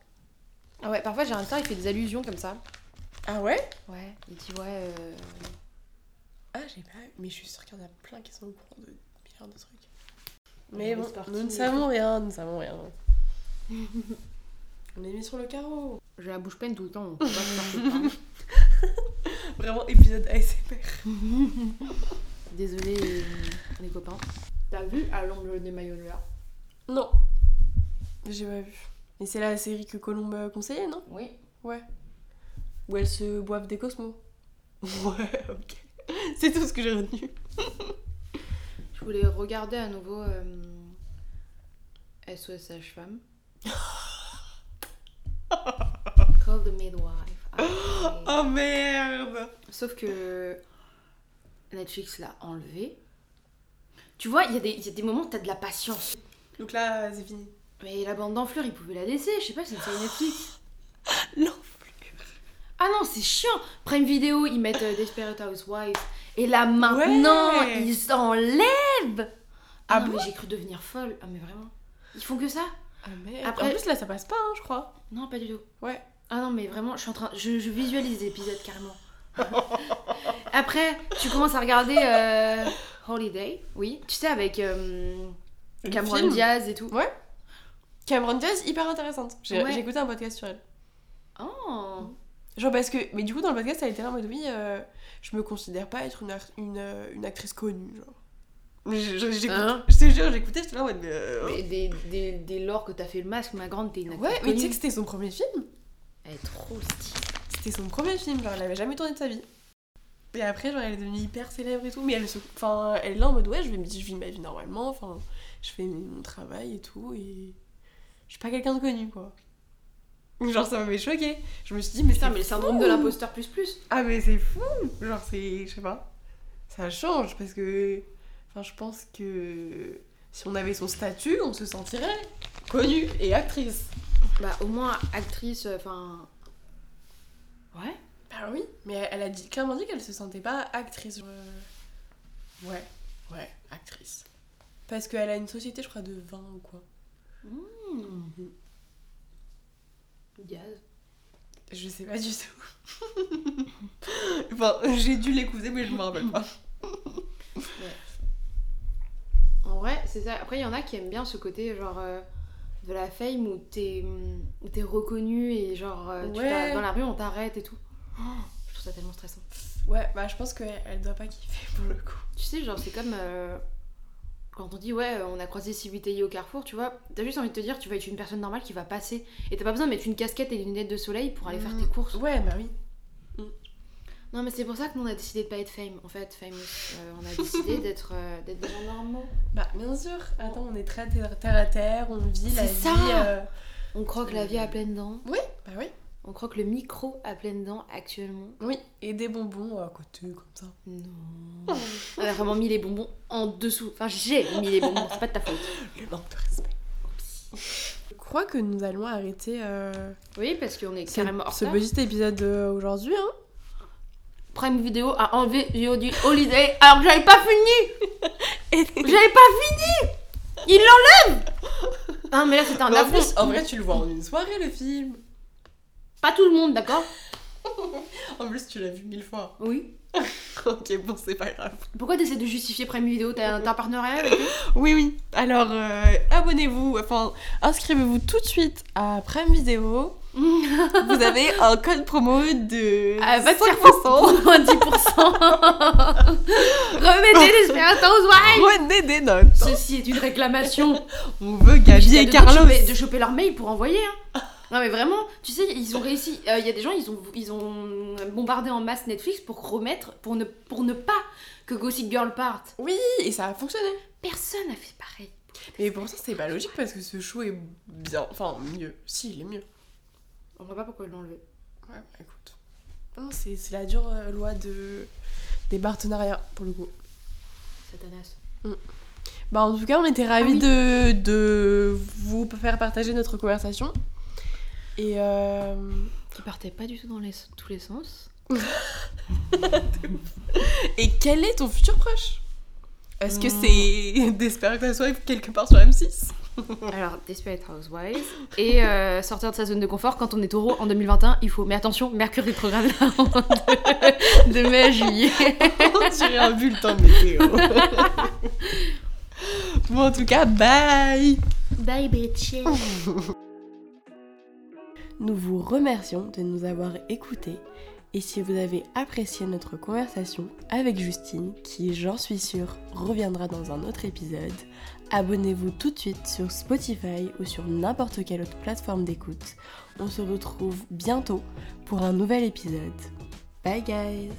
S2: Ah ouais, parfois j'ai un temps, il fait des allusions comme ça.
S1: Ah ouais
S2: Ouais, il dit ouais. euh,
S1: Ah, j'ai pas eu, mais je suis sûre qu'il y en a plein qui sont au courant de milliards de trucs.
S2: Ouais,
S1: Mais bon,
S2: c'est parti.
S1: nous ne savons rien, nous ne savons rien. <laughs> on est mis sur le carreau.
S2: J'ai la bouche pleine tout le temps. donc faut pas que je parte
S1: Vraiment épisode ASMR.
S2: pas. Désolée euh, les copains. T'as vu à l'ombre des maillots de l'heure
S1: Non. J'ai pas vu. Et c'est la série que Colombe euh, conseillait, non
S2: Oui.
S1: Où elles se boivent des cosmos. <laughs> Ouais, ok. C'est tout ce que j'ai retenu.
S2: Je voulais regarder à nouveau euh, SOS Femme.
S1: <laughs>
S2: Call the midwife. Ah,
S1: Oh merde
S2: ouais. Sauf que Netflix l'a enlevé. Tu vois, il y, a des- il y a des moments où t'as de la patience.
S1: Donc là, c'est fini.
S2: Mais la bande d'enflure, ils pouvaient la laisser. Je sais pas, c'est une série Netflix.
S1: L'enflure.
S2: Ah non, c'est chiant. Prime Vidéo, ils mettent euh, Desperate Housewives. Et là maintenant,
S1: Ouais.
S2: ils s'enlèvent.
S1: Ah
S2: non,
S1: bon
S2: mais j'ai cru devenir folle. Ah mais vraiment. Ils font que ça
S1: Ah merde.
S2: Après-
S1: En plus, là, ça passe pas, hein, je crois.
S2: Non, pas du tout.
S1: Ouais.
S2: Ah non, mais vraiment, je suis en train. Je, je visualise les épisodes carrément. <laughs> Après, tu commences à regarder euh, Holiday, oui. Tu sais, avec euh,
S1: Le
S2: Cameron
S1: film.
S2: Diaz et tout.
S1: Ouais. Cameron Diaz, hyper intéressante. J'ai
S2: Ouais.
S1: j'ai écouté un podcast sur elle.
S2: Oh.
S1: Genre parce que, mais du coup dans le podcast, elle était là en mode oui, euh, je me considère pas être une, ar- une, euh, une actrice connue, genre. Mais je- je- j'écoute-
S2: Hein
S1: je te jure, j'écoutais, j'étais là en mode. mais, euh,
S2: Mais dès, dès, dès lors que t'as fait le masque, ma grande, t'es une actrice
S1: Ouais, mais tu sais
S2: connue.
S1: que c'était son premier film.
S2: Elle est trop stylée.
S1: C'était son premier film, genre elle avait jamais tourné de sa vie. Et après, genre elle est devenue hyper célèbre et tout, mais elle se, enfin, elle est là en mode ouais, je, vais, je vis ma vie normalement, enfin, je fais mon travail et tout, et je suis pas quelqu'un de connu quoi. Genre ça m'avait choqué. Je me suis dit mais
S2: Putain,
S1: c'est
S2: mais le syndrome de l'imposteur plus plus.
S1: Ah mais c'est fou Genre c'est... Je sais pas. Ça change parce que... Enfin je pense que... Si on avait son statut, on se sentirait connue et actrice.
S2: Bah, au moins, actrice, euh, enfin. Ouais.
S1: Bah oui. Mais elle- elle a dit, clairement dit qu'elle se sentait pas actrice. Euh, Ouais. Ouais, actrice. Parce qu'elle a une société, je crois, de 20 ou quoi. Mhm.
S2: Diaz.
S1: Je sais pas du tout. enfin, j'ai dû l'écouter, mais je me rappelle pas.
S2: En vrai, c'est ça. Après, il y en a qui aiment bien ce côté, genre, euh, de la fame où t'es hum, où t'es reconnu et, genre, euh, tu
S1: Ouais.
S2: t'as- dans la rue, on t'arrête et tout. Oh, je trouve ça tellement stressant.
S1: Ouais, bah je pense qu'elle elle doit pas kiffer pour le coup.
S2: Tu sais, genre, c'est comme euh, quand on dit, ouais, euh, on a croisé Civitei au carrefour, tu vois, t'as juste envie de te dire, tu vas être une personne normale qui va passer. Et t'as pas besoin de mettre une casquette et des lunettes de soleil pour aller faire
S1: Mm.
S2: tes courses.
S1: Ouais, bah oui.
S2: Non, mais c'est pour ça que nous, on a décidé de pas être fame, en fait, famous. Euh, on a <laughs> décidé d'être euh, d'être des gens normaux.
S1: Bah, bien sûr. Attends, on est très terre terre à terre, on vit la
S2: C'est ça.
S1: vie. euh,
S2: On croque la vie à pleines dents.
S1: Bah oui.
S2: On croque le micro à pleines dents actuellement.
S1: Oui, et des bonbons à côté, comme ça.
S2: Non. On a vraiment mis les bonbons en dessous. Enfin, j'ai mis les bonbons, c'est pas de ta faute.
S1: Le manque de respect.
S2: Oups.
S1: Du coup, crois que nous allons arrêter euh,
S2: Oui, parce qu'on est
S1: ce,
S2: carrément hors
S1: ce
S2: retard.
S1: petit épisode euh, aujourd'hui. Hein.
S2: Prime Vidéo a enlevé Yo du Holiday alors que j'avais pas fini J'avais pas fini Il l'enlève Non mais là c'est un
S1: Mais en
S2: affront.
S1: plus, en vrai, tu le vois en une soirée le film.
S2: Pas tout le monde, d'accord
S1: En plus, tu l'as vu mille fois. <laughs>
S2: Oui.
S1: ok, bon, c'est pas grave.
S2: Pourquoi t'essaies de justifier Prime Vidéo T'as un t'as un partenariat <laughs> avec eux
S1: Oui, oui. Alors, euh, abonnez-vous, enfin, inscrivez-vous tout de suite à Prime Vidéo. Vous <laughs> avez un code promo de
S2: Ah, va te faire
S1: 5%.
S2: Moins <laughs> 10% Remettez l'espérance aux oreilles
S1: Prenez des notes.
S2: Ceci est une réclamation
S1: On veut
S2: J'ai
S1: Gabi et Carlos.
S2: De choper, de choper leur mail pour envoyer hein. <laughs> Non mais vraiment, tu sais, ils ont réussi. euh, Il y a des gens, ils ont, ils ont bombardé en masse Netflix pour remettre, pour ne, pour ne pas que Gossip Girl parte.
S1: Oui, et ça a fonctionné.
S2: Personne n'a fait pareil.
S1: Mais pour ça, c'est pas logique parce que ce show est bien. Enfin, mieux. Si, il est mieux.
S2: On voit pas pourquoi ils l'ont enlevé.
S1: Ouais, bah, écoute. Non, c'est c'est la dure euh, loi de... des partenariats, pour le coup.
S2: Satanas.
S1: Bah, en tout cas, on était
S2: Ah
S1: ravis
S2: oui.
S1: de, de vous faire partager notre conversation. Et. euh,
S2: Qui partait pas du tout dans les, tous les sens.
S1: Et quel est ton futur proche Est-ce que
S2: Hmm.
S1: c'est <laughs> Desperate Housewives quelque part sur M6
S2: <laughs> Alors, Desperate Housewives. Et euh, sortir de sa zone de confort quand on est taureau en 2021, il faut. Mais attention, Mercure rétrograde là, <laughs> de, de mai à juillet.
S1: On
S3: <laughs>
S1: dirait un bulletin météo.
S3: hein.
S1: bon, en tout cas, bye
S2: Bye, bitches.
S3: <laughs> Nous vous remercions de nous avoir écoutés et si vous avez apprécié notre conversation avec Justine, qui j'en suis sûre reviendra dans un autre épisode, abonnez-vous tout de suite sur Spotify ou sur n'importe quelle autre plateforme d'écoute. On se retrouve bientôt pour un nouvel épisode. Bye guys